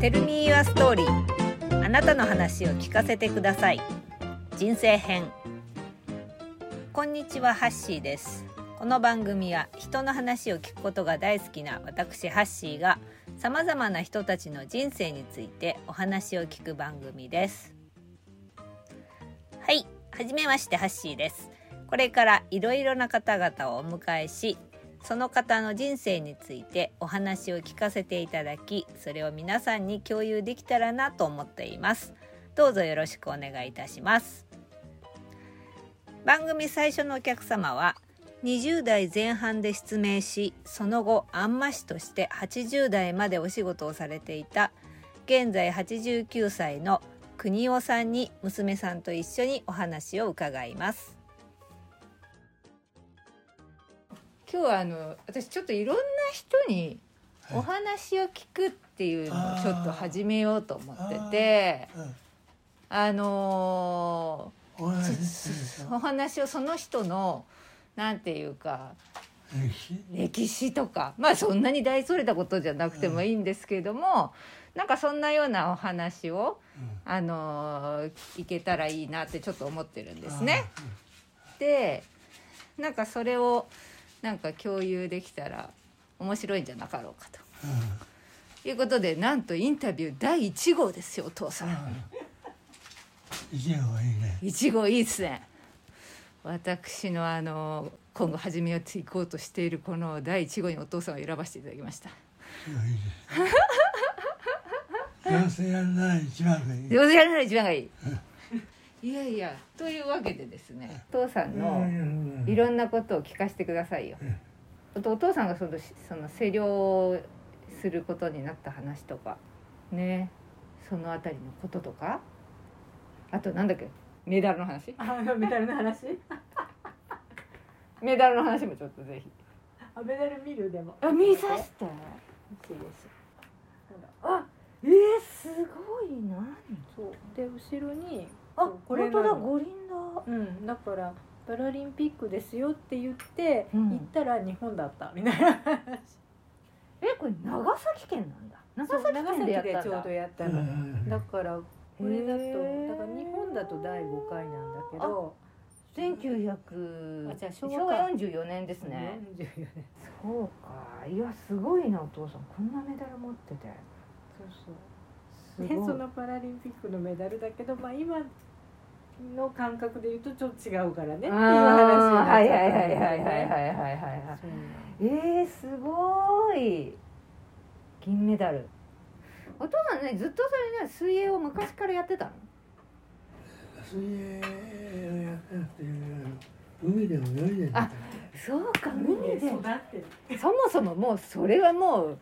テルミーアストーリーあなたの話を聞かせてください人生編こんにちはハッシーですこの番組は人の話を聞くことが大好きな私ハッシーがさまざまな人たちの人生についてお話を聞く番組ですはいはじめましてハッシーですこれからいろいろな方々をお迎えしその方の人生についてお話を聞かせていただきそれを皆さんに共有できたらなと思っていますどうぞよろしくお願いいたします番組最初のお客様は20代前半で失明しその後安間市として80代までお仕事をされていた現在89歳の国尾さんに娘さんと一緒にお話を伺います今日はあの私ちょっといろんな人にお話を聞くっていうのをちょっと始めようと思っててうんあのおいーお話をその人のなんていうか歴史歴史とかまあそんなに大それたことじゃなくてもいいんですけれども、なんかそんなようなお話を、あのーいけたらいいなってちょっと思ってるんですね。でなんかそれをなんか共有できたら面白いんじゃなかろうかと。いうことでなんとインタビュー第1号ですよお父さん。一年はいいね1号いいですね。私のあの今後始めようといこうとしているこの第1号にお父さんを選ばせていただきました。いいです男性やるなら一番がいいどうせやるなら一番がいい。いやいやというわけでですねお父さんのいろんなことを聞かせてくださいよ。あとお父さんがそのその清涼することになった話とかねそのあたりのこととかあとなんだっけメダルの話あメダルの話メダルの話もちょっとぜひ。あメダル見るでもあ見さして。欲しいですあえー、すごいな。そうで後ろにあそうこ本れ当だなの五輪だ。うんだからパラリンピックですよって言って、うん行ったら日本だったみた いなえこれ長崎県なんだ。長そう崎県でやったんだ。ちょうどやったうんの、んだからこれだとだへーから日本だと第5回なんだけど千九百あじゃあ昭昭和和四十四年ですね。 44年そうか。いやすごいなお父さんこんなメダル持ってて。そうすそごういでそのパラリンピックのメダルだけどまあ今の感覚で言うとちょっと違うからねっていう話にあーなはっいちゃはいったはんいだはけいどはいねはいはいはいはい。そうえー、すごい銀メダルお父さんねずっとそれね水泳を昔からやってたの水泳をやってなくて海でも泳いでたあそうか海海でで育ってるそもそももうそれはもう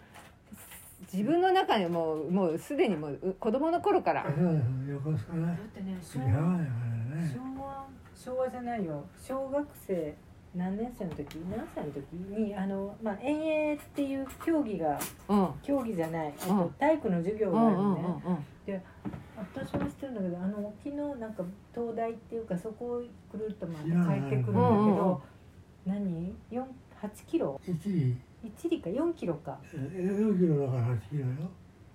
自分の中でもうもうすでにもうう子供の頃からそうです横須賀だねってね昭違う和よね昭和昭和じゃないよ小学生何年生の時何歳の時にあの、まあ、遠泳っていう競技がうんうん競技じゃない、えっうんと体育の授業うがあるんのうんね、うん私も知ってるんだけどあの昨日なんか東大っていうかそこをくるっと回っていやー帰ってくるんだけうんうんうんど、何4 8キロ一位1里か4キロか4キロだから8キロよ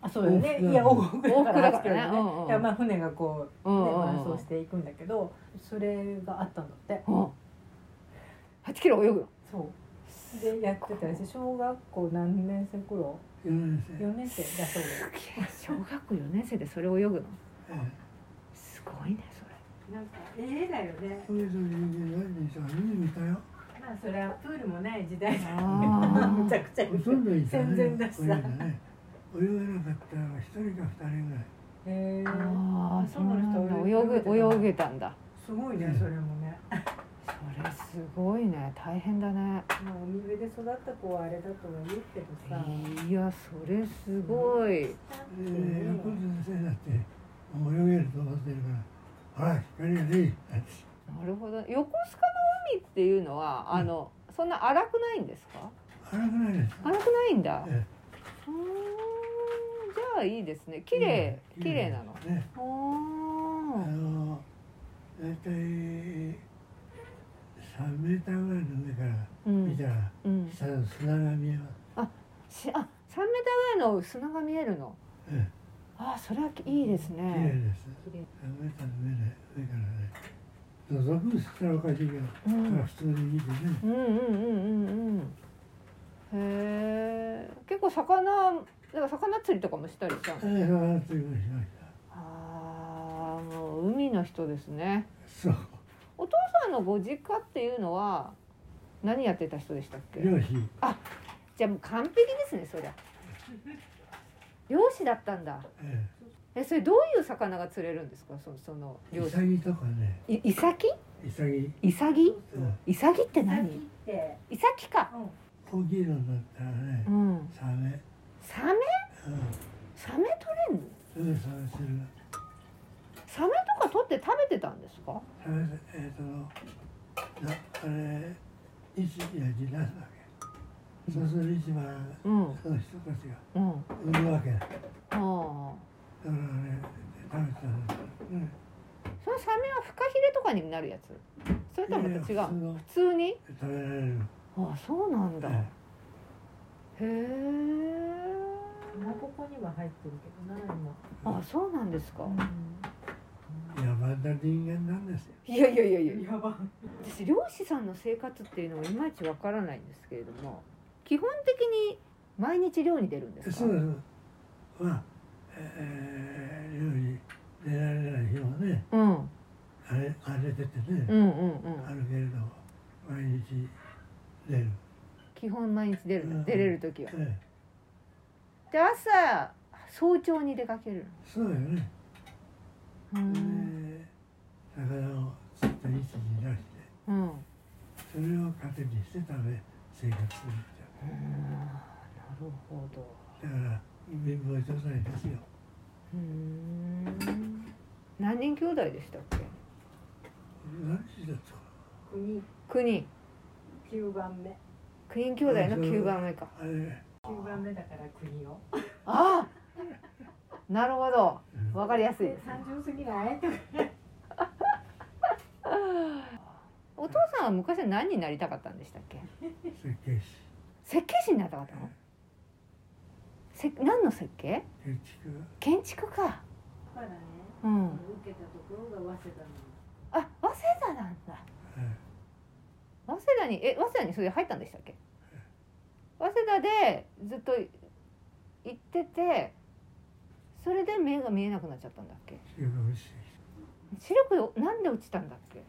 あそうだよね往復いや往復だ往から8復キだロからだねようんうんねいやまあ船がこううんねうん伴走していくんだけどそれがあったんだってうん8キロ泳ぐのそうでやってたらしい小学校何年生頃4年生4年生だそうです小学校4年生でそれを泳ぐのえすごいねそれなんかええだよねえそれと泳いでた海見たよまあそれはプールもない時代だあ むちゃくちゃほとんどいたね全然出した泳いだね泳げなかったのは一人か二人ぐらいへえああそうなんだ遊具泳ぐ泳げたんだすごいねそれもねそれすごいね大変だねまあ海辺で育った子はあれだとは言うけどさいやそれすごいえー横綱先生だってもう泳げると思ってるからほら光が出いなるほど横須賀の海っていうのは、うんあのそんな荒くないんですか荒くないです荒くないんだうーんえじゃあいいですね綺麗うん綺麗なのねあおーの大体3メーターぐらいの上からう見たん、らうん、下の砂が見えますしあ3メーターぐらいの砂が見えるのえあそれはいいです綺麗ね。です。綺麗上から目で上からね。覗くしたらおかしいけど、うん、うそれはん普通に見てね。うんうんうんうん。へえ。結構魚なんか魚釣りとかもしたりしたんですあ。れはついましましああもう海の人ですね。た。そう、お父さんのご実家っていうのは何やってた人でしたっけ？漁師。じゃあもう完璧ですねそ りゃ。漁師だったんだ。ええそれどういう魚が釣れるんですかそのそのえ漁師。潔とかね、いイサキ？潔。イサギ？うんイサギって何何？イサキか。大きいのだったらねう、ん。サメ。サメ？うサメ取れんの？ん。うん、サメする。サメとか取って食べてたんですか？サメ、えっ、と、な、あれ、いつやり出すわけ。そうする一番、うん。その人たちがうん。あ産むわけだ。だかあ。らね、食べてたんだけどね。そのサメはフカヒレとかになるやつ。それとはまた違いうや普通の。の普通に？食べられる。ああそうなんだ。へええ。ここには入ってるけどな今。ああそうなんですか。え野蛮な人間なんですよ。いやいやいやいや。やば。私漁師さんの生活っていうのがいまいちわからないんですけれども基本的に毎日漁に出るんですかそうです。まあ、えー、料理出られない日はね、うん、あれ、あれ出てね、うんうんうんあるけれども、毎日出る。基本毎日出るんだうん出れる時はええで朝早朝に出かけるそうよね。のうでん、魚を釣って一時に出して、うん、なそれを糧にして食べ、生活するんるほどですよ。だから、貧乏状態ですよ。うーん何人兄弟でしたっけ何時だったか国9人九番目。 9人兄弟の9番目かなあれ、九番目だから国を。ああなるほどうんわかりやすいです三十過ぎない？お父さんは昔は何になりたかったんでしたっけ設計士、設計士になったかったのせ何の設計建築、建築かからね。うん受けたところが早稲田の。あ早稲田なんだえ早稲田にえ早稲田にそれで入ったんでしたっけ早稲田でずっと行っててそれで目が見えなくなっちゃったんだっけえ、就学して視力よなんで落ちたんだっけ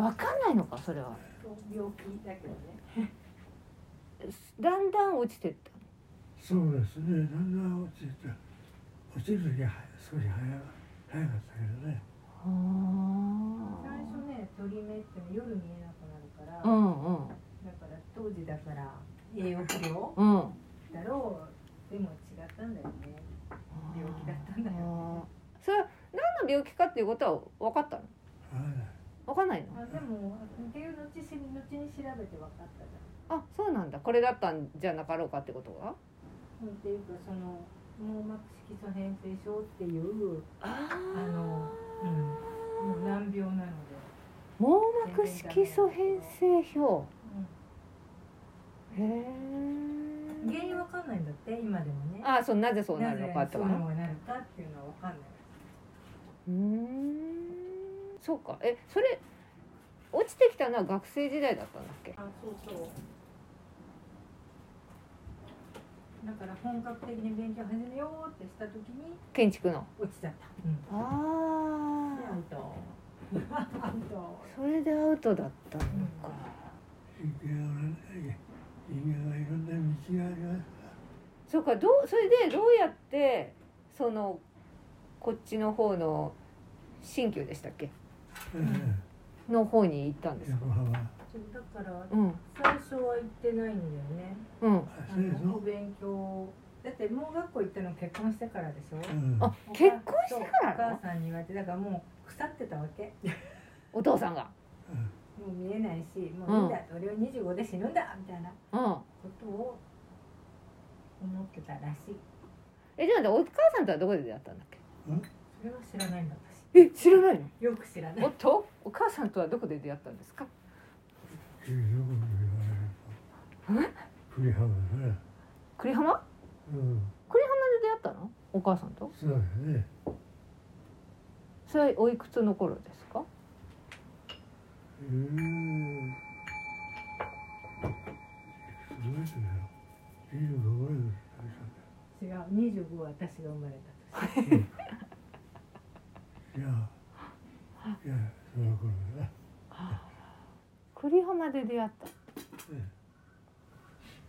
わかんないのかそれは病気だけどね。だんだん落ちてったそうですね、だんだん落ちてた。落ちる時は少し早早かったけどね。あ最初ね鳥目ってね夜見えなくなるから。うだんうんから当時だから栄養不良うんだろう。でも違ったんだよね。病気だったんだよねあーそれは何の病気かっていうことは分かったのあ分かんないのあでもっていう後し後に調べて分かったじゃん。あそうなんだこれだったんじゃなかろうかってことがうんっていうかその網膜色素変性症っていうああの、うん、もう難病なので、網膜色素変性表へうん、え原因わかんないんだって今でもねあそうなぜそうななるぜのかってそうこいうとのがなるかっていうのはわかんないうーんそうかえそれ落ちてきたのは学生時代だったんだっけあそうそうだから本格的に勉強始めようってした時に建築の落ちちゃった、うん、あでアあウトアウトそれでアウトだったのか人間はね、人間はいろんな道があります。そうかどうそれでどうやってそのこっちの方の新旧でしたっけえの方に行ったんですえか横浜。そうだからうん最初は行ってないんだよねうんあ、あそうでのお勉強だって盲学校行ったの結婚してからでしょ、うん。あ結婚してからそうおなの母さんに言われてだからもう腐ってたわけお父さんがうんもう見えないしもうんういいんだ、俺は25で死ぬんだみたいなうんことを思ってたらしいえじゃあお母さんとはどこで出会ったんだっそれは知らないんだけえ知らないの私よく知らないおっとお母さんとはどこで出会ったんですかっていうよく言われると。振り幅ね。栗浜栗うん。浜で出会ったのお母さんとそうですねそれおいくつの頃ですかうーんすごいですね25ぐらいの会社違う25は私が生まれた年いや、いや、その頃ね。栗浜で出会っえ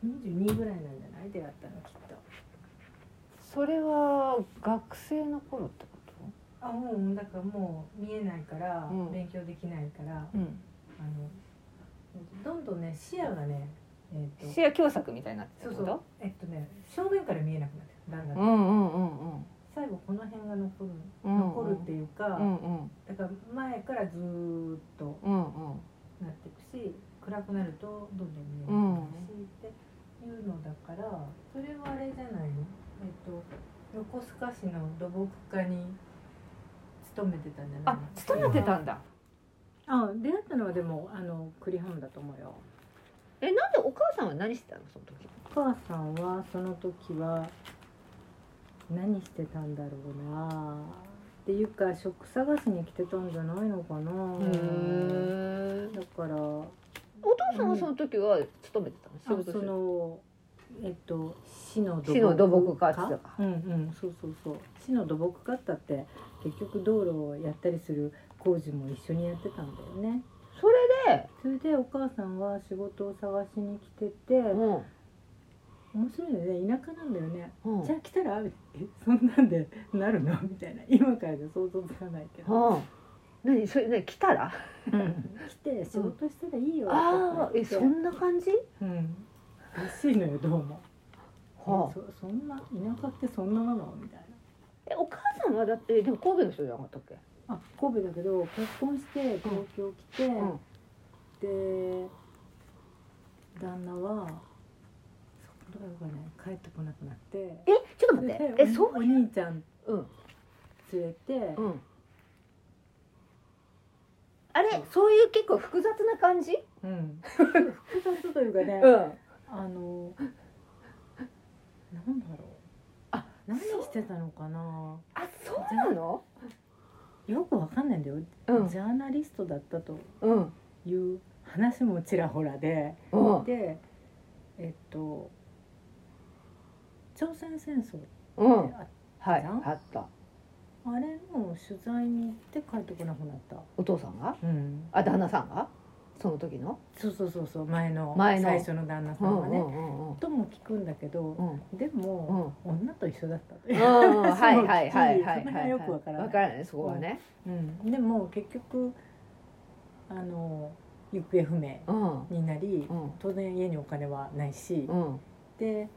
え22ぐらいなんじゃない出会ったのきっとたそれは学生の頃ってこあもうだからもう見えないから、うん勉強できないからと、うん、あのどんどんね視野がねえっ、視野狭作みたいになってたっとてそことうそうえっとね正面から見えなくなってくるだんだん、うんうんうんうん最後この辺が残るうん残るっていうか、うんうんだから前からずーっとうんうんなっていくし暗くなるとどんどん見えなくなるし、っていうのだからそれはあれじゃないのえっ、と横須賀市の土木課に勤めてたんじゃないあの勤めてたんだあ出会ったのはでもあの栗ハムだと思うよえなんでお母さんは何してたのその時お母さんはその時は何してたんだろうなっていうか職探しに来てたんじゃないのかなへえだからお父さんはその時は勤めてたの仕事あそしてたのえっと市の市の土木課課って言ってたかうんうんそうそうそう市の土木課ったって結局道路をやったりする工事も一緒にやってたんだよねそれでそれでお母さんは仕事を探しに来ててうん面白いよね田舎なんだよねうんじゃあ来たらえそんなんでなるのみたいな今からじゃ想像つかないけど、うん何それね来たらうん来て仕事したらいいよああえとかそ言ってんな感じうんらしいのよどうも、はあえそそんな田舎ってそんななのみたいえお母さんはだってでも神戸の人じゃなかったっけなあ神戸だけど結婚して東京来て、うんで旦那はそこがね帰ってこなくなってえちょっと待ってえでそうお兄ちゃんうん連れて、うんあれそういう結構複雑な感じうん、複雑というかね、うんあのなんだろうあ何してたのかなあそうなのよくわかんないんだよ、うんジャーナリストだったとうんいう話もちらほらで、うんでえっと朝鮮戦争ってうんあはいじゃんあったあれの取材に行って帰ってこなくなった、お父さんがうん、あ旦那さんがその時のそうそうそうそう前の前の最初の旦那さんがね、うんうんうんとも聞くんだけどう、んでも、 うん女と一緒だったといううん話も聞きはいはいはいはいそのは辺いよくわからないわからないそこはねうん、でも結局あの行方不明うんになり、うん当然家にお金はないし、うんで、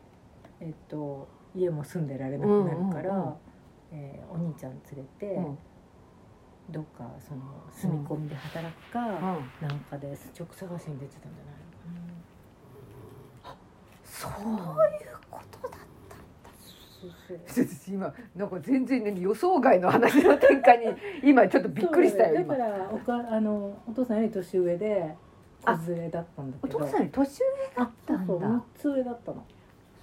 えっと、家も住んでられなくなるから、うんうんうんえーお兄ちゃん連れて、うんどっかその住み込みで働くか、うんなんかで職探しに出てたんじゃないのかな。そういうことだったそうちょっと今なんか全然、ね、予想外の話の展 開に今ちょっとびっくりしたよだ今からおかあのお父さんより年上で子連れだったんだおけど父さんより年上だっそたうんそうだ6つ上だった の。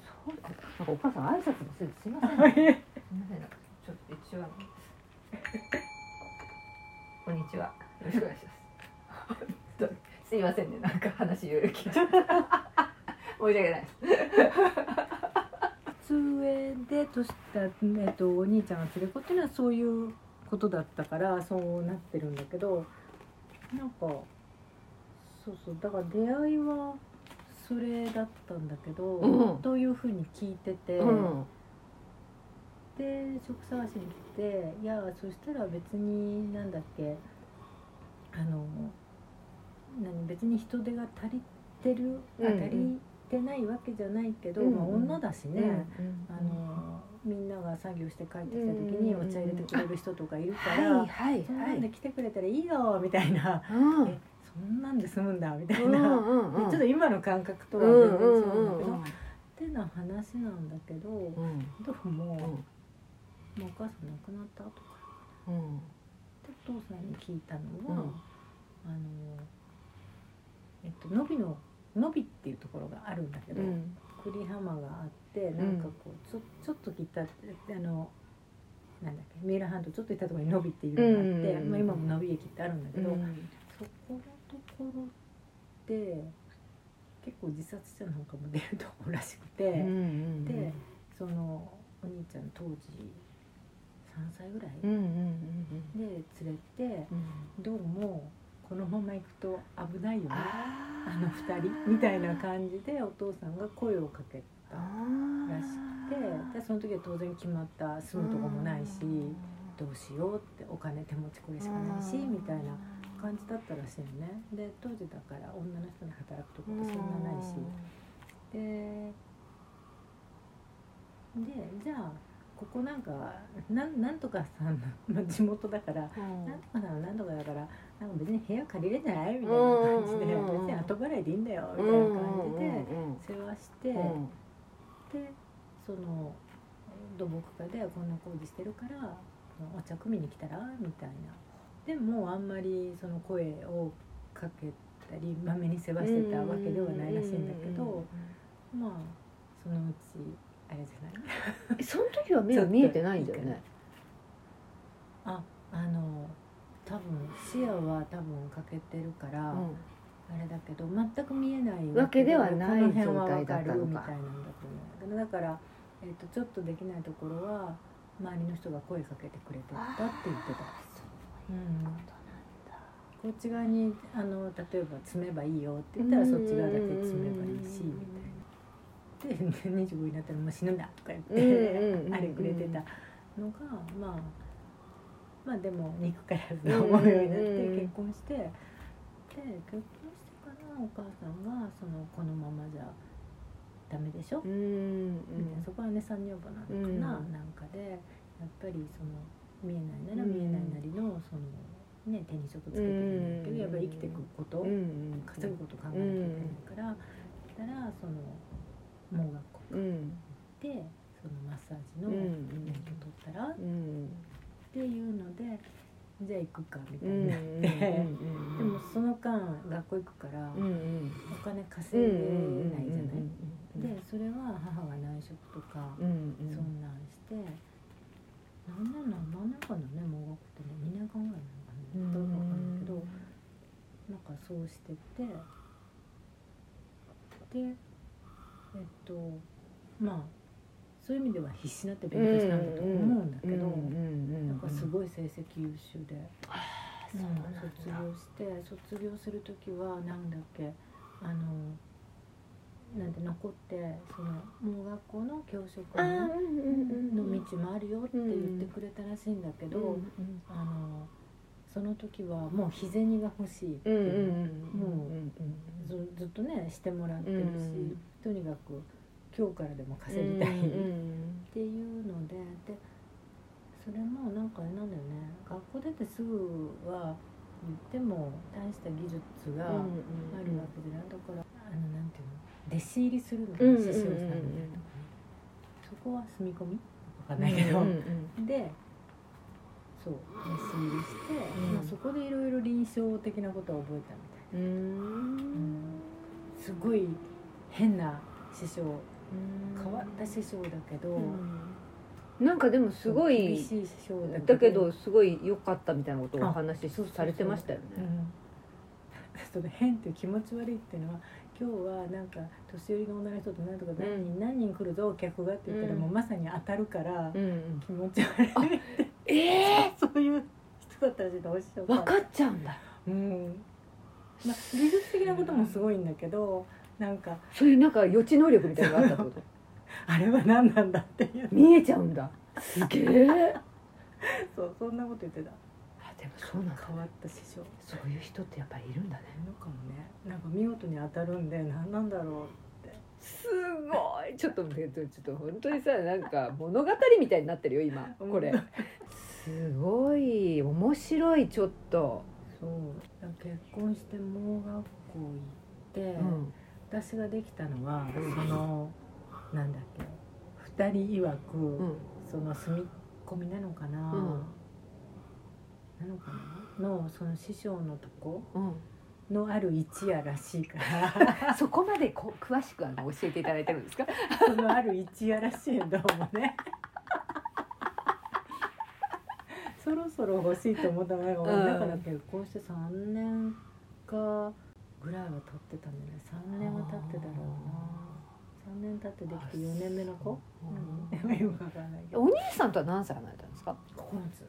そうだなんかお母さん挨拶もせずすいませんすみません、ちょっと一応あの。こんにちは。よろしくお願いします。すいませんね、なんか話いろいろ聞いちゃった。申し訳ない。初上で年だ、えっと、お兄ちゃんが連れ子っていうのはそういうことだったからそうなってるんだけどなんかそうそうだから出会いはそれだったんだけど、うんというふうに聞いてて、うん、で職探しに来ていやそしたら別になんだっけあの何別に人手が足りてる、うあんうん足りてないわけじゃないけど、うんうんまあ、女だしね。うんあのみんなが作業して帰ってきた時にうんおうんうん茶入れてくれる人とかいるから、はいはいそんはなんでい。来てくれたらいいよみたいな、うんえ そんなんで済むんだみたいうんうな、んうん。ちょっと今の感覚とはう全ん然違ううんんうんだけうど、んってな話なんだけど、うんどうも、んもうお母さん亡くなったとかうんってお父さんに聞いたのは、うんあのえっとのびののびっていうところがあるんだけど、うん栗浜があってなんかこうちょちょっと来たあのなんだっけメールハンドちょっと行ったところに伸びっていうのがあって、うんうんうんまあ、今も伸び駅ってあるんだけど、うんそこのところって結構自殺者なんかも出るところらしくて、うんうんでそのお兄ちゃん当時3歳ぐらい、うんうんで連れてうんどうもこのまま行くと危ないよねああーの2人みたいな感じでお父さんが声をかけたらしくてでその時は当然決まった住むとこもないしうんどうしようってお金手持ちこれしかないしみたいな感じだったらしいのねで当時だから女の人に働くとこってそんなないしででじゃあここなんかなんなんとかさんの地元だからうんなんとかさんはなんとかだからなんか別に部屋借りれんじゃないみたいな感じでうんうんうんうん別に後払いでいいんだよみたいな感じで世話してでその土木課でこんな工事してるからお茶組みに来たらみたいなでもあんまりその声をかけたりまめに世話してたわけではないらしいんだけうんうんうんどまあそのうちあれじゃないえその時は目は見えてないんだよねああの多分視野は多分欠けてるから、うあれだけど全く見えないわけではないこの辺はわか状態だったるのかみたいなんだと思うだからだから、えっとちょっとできないところは周りの人が声かけてくれてたって言ってたうんこっち側にあの例えば積めばいいよって言ったらそっち側だけ積めばいいしみたいなで25になったらもう死ぬんだとか言って、うんうんあれくれてたのがまあまあでも憎からず思うようになっうんうんうんて結婚してで結婚してからお母さんがそのこのままじゃダメでしょ、んうんみたいなそこは姉さん女房なのかな、うんなんかでやっぱりその見えないなら見えないなりのその、ね、手に職つけてるんだけど、うんやっぱり生きていくこと、うんうん稼ぐこと考えなきゃいけないから、だからその盲学校うんうんでそのマッサージのうんうん免許取ったらっうんていうので、じゃあ行くかみたういんになって、うんでもその間学校行くからうんうんお金う稼んげうなんいじゃない、うんでそれは母が内職とか、うんうんそんなんして何年なん何年間だね盲学ってね2年間ぐらいなのかなどうかわかんないけどなんかそうしててでえっとまあそういう意味では必死になって勉強したんだと思うんだけど、なんかすいごい成績優秀で、そううんなんだ卒業して卒業する時はなんだっけあのなんて残ってその盲学校の教職あ員のの道もあるよって言ってくれたらしいんだけど、あのその時はもう日銭が欲しいってうんうんいううんずずっとねしてもらってるし、うんとにかく今日からでも稼ぎたいっていうのででそれもなんかあれなんだよね学校出てすぐは言っても大した技術があるわけじゃないだからあのなんていうの弟子入りするのうんうんうんうん師匠さんみたいなとこにそこは住み込みわかんないけど、でそう弟子入りして、うんまあ、そこでいろいろ臨床的なことを覚えたみたいな。すごい変な師匠変わった師匠だけど、なんかでもすご厳いしい師匠だけどだけ どすごい良かったみたいなことをお話しされてましたようね。んその変っていう気持ち悪いっていうのは今日はなんか年寄りの女の人と何とか何人、何人来るぞお客がって言ったら、うんもうまさに当たるから、うん気持ち悪いえそういう人だったらしいのお師匠ー、分かっちゃうんだ。うんまあ、技術的なこともすごいんだけどなんかそういうなんか予知能力みたいなのがあったってこと。あれは何なんだっていう 見えちゃうんだ。すげえ。 あそうそんなこと言ってたでもそうなんだ。変わった師匠そういう人ってやっぱりいるんだね。いるのかもねなんか見事に当たるんで何なんだろすごいちょっと待ってちょっと本当にさなんか物語みたいになってるよ今うこれすごい面白いちょっと、うそうだから結婚して盲学校行って、うん、私ができたのは、うんそのなんだっけ2人曰く、うんその住み込みなのかな、うんなのかなのその師匠のとこうんのある一夜らしいからそこまでこ詳しくあの教えていただいてるんですかそのある一夜らしいどうもね そろ欲しいと思った前が、うんだから結婚して3年かぐらいは経ってたんじゃない3年は経ってたろうな3年経ってできて4年目の子うん よくわかんないけどお兄さんとは何歳離れたんですか9つ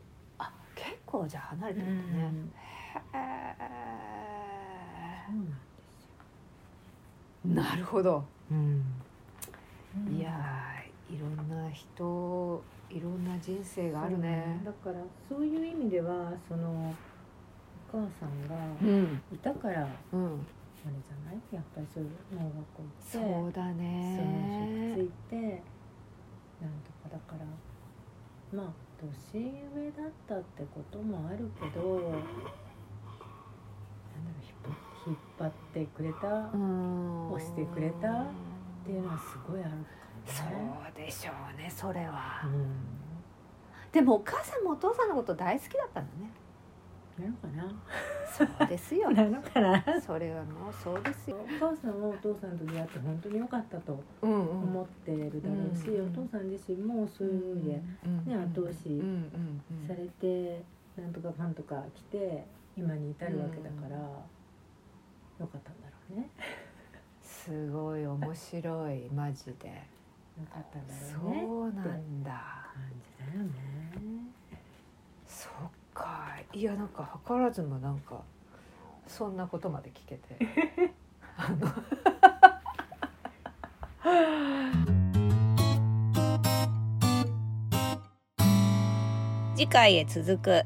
結構じゃあ離れてるんだね、へそうなんですーなるほど、よいやーいろんな人いろんな人生があるねだからそういう意味ではそのお母さんがうんいたからあれうんじゃないやっぱりそういう盲学校行ってそうだそうねひっついてなんとかだからまあ年上だったってこともあるけどなんだろう引っ張引っ張ってくれたっうん押してくれたていうのはすごいあるそかもね。うでしょうねそれは、うんでもお母さんもお父さんのこと大好きだったんだねなのかなそうです よなのかな それはもうそうですよお母さんはお父さんと出会って本当に良かったとうん思ってるだろうし、うんお父さん自身もそういうふうにうんね後押しうんうんうんされて、なんとかかんとか来て今に至るわけだから、うよかったんだろうねすごい面白いマジでよかったんだろうねそうなんだ感じだよねそっかいやなんか図らずもなんかそんなことまで聞けてあの次回へ続く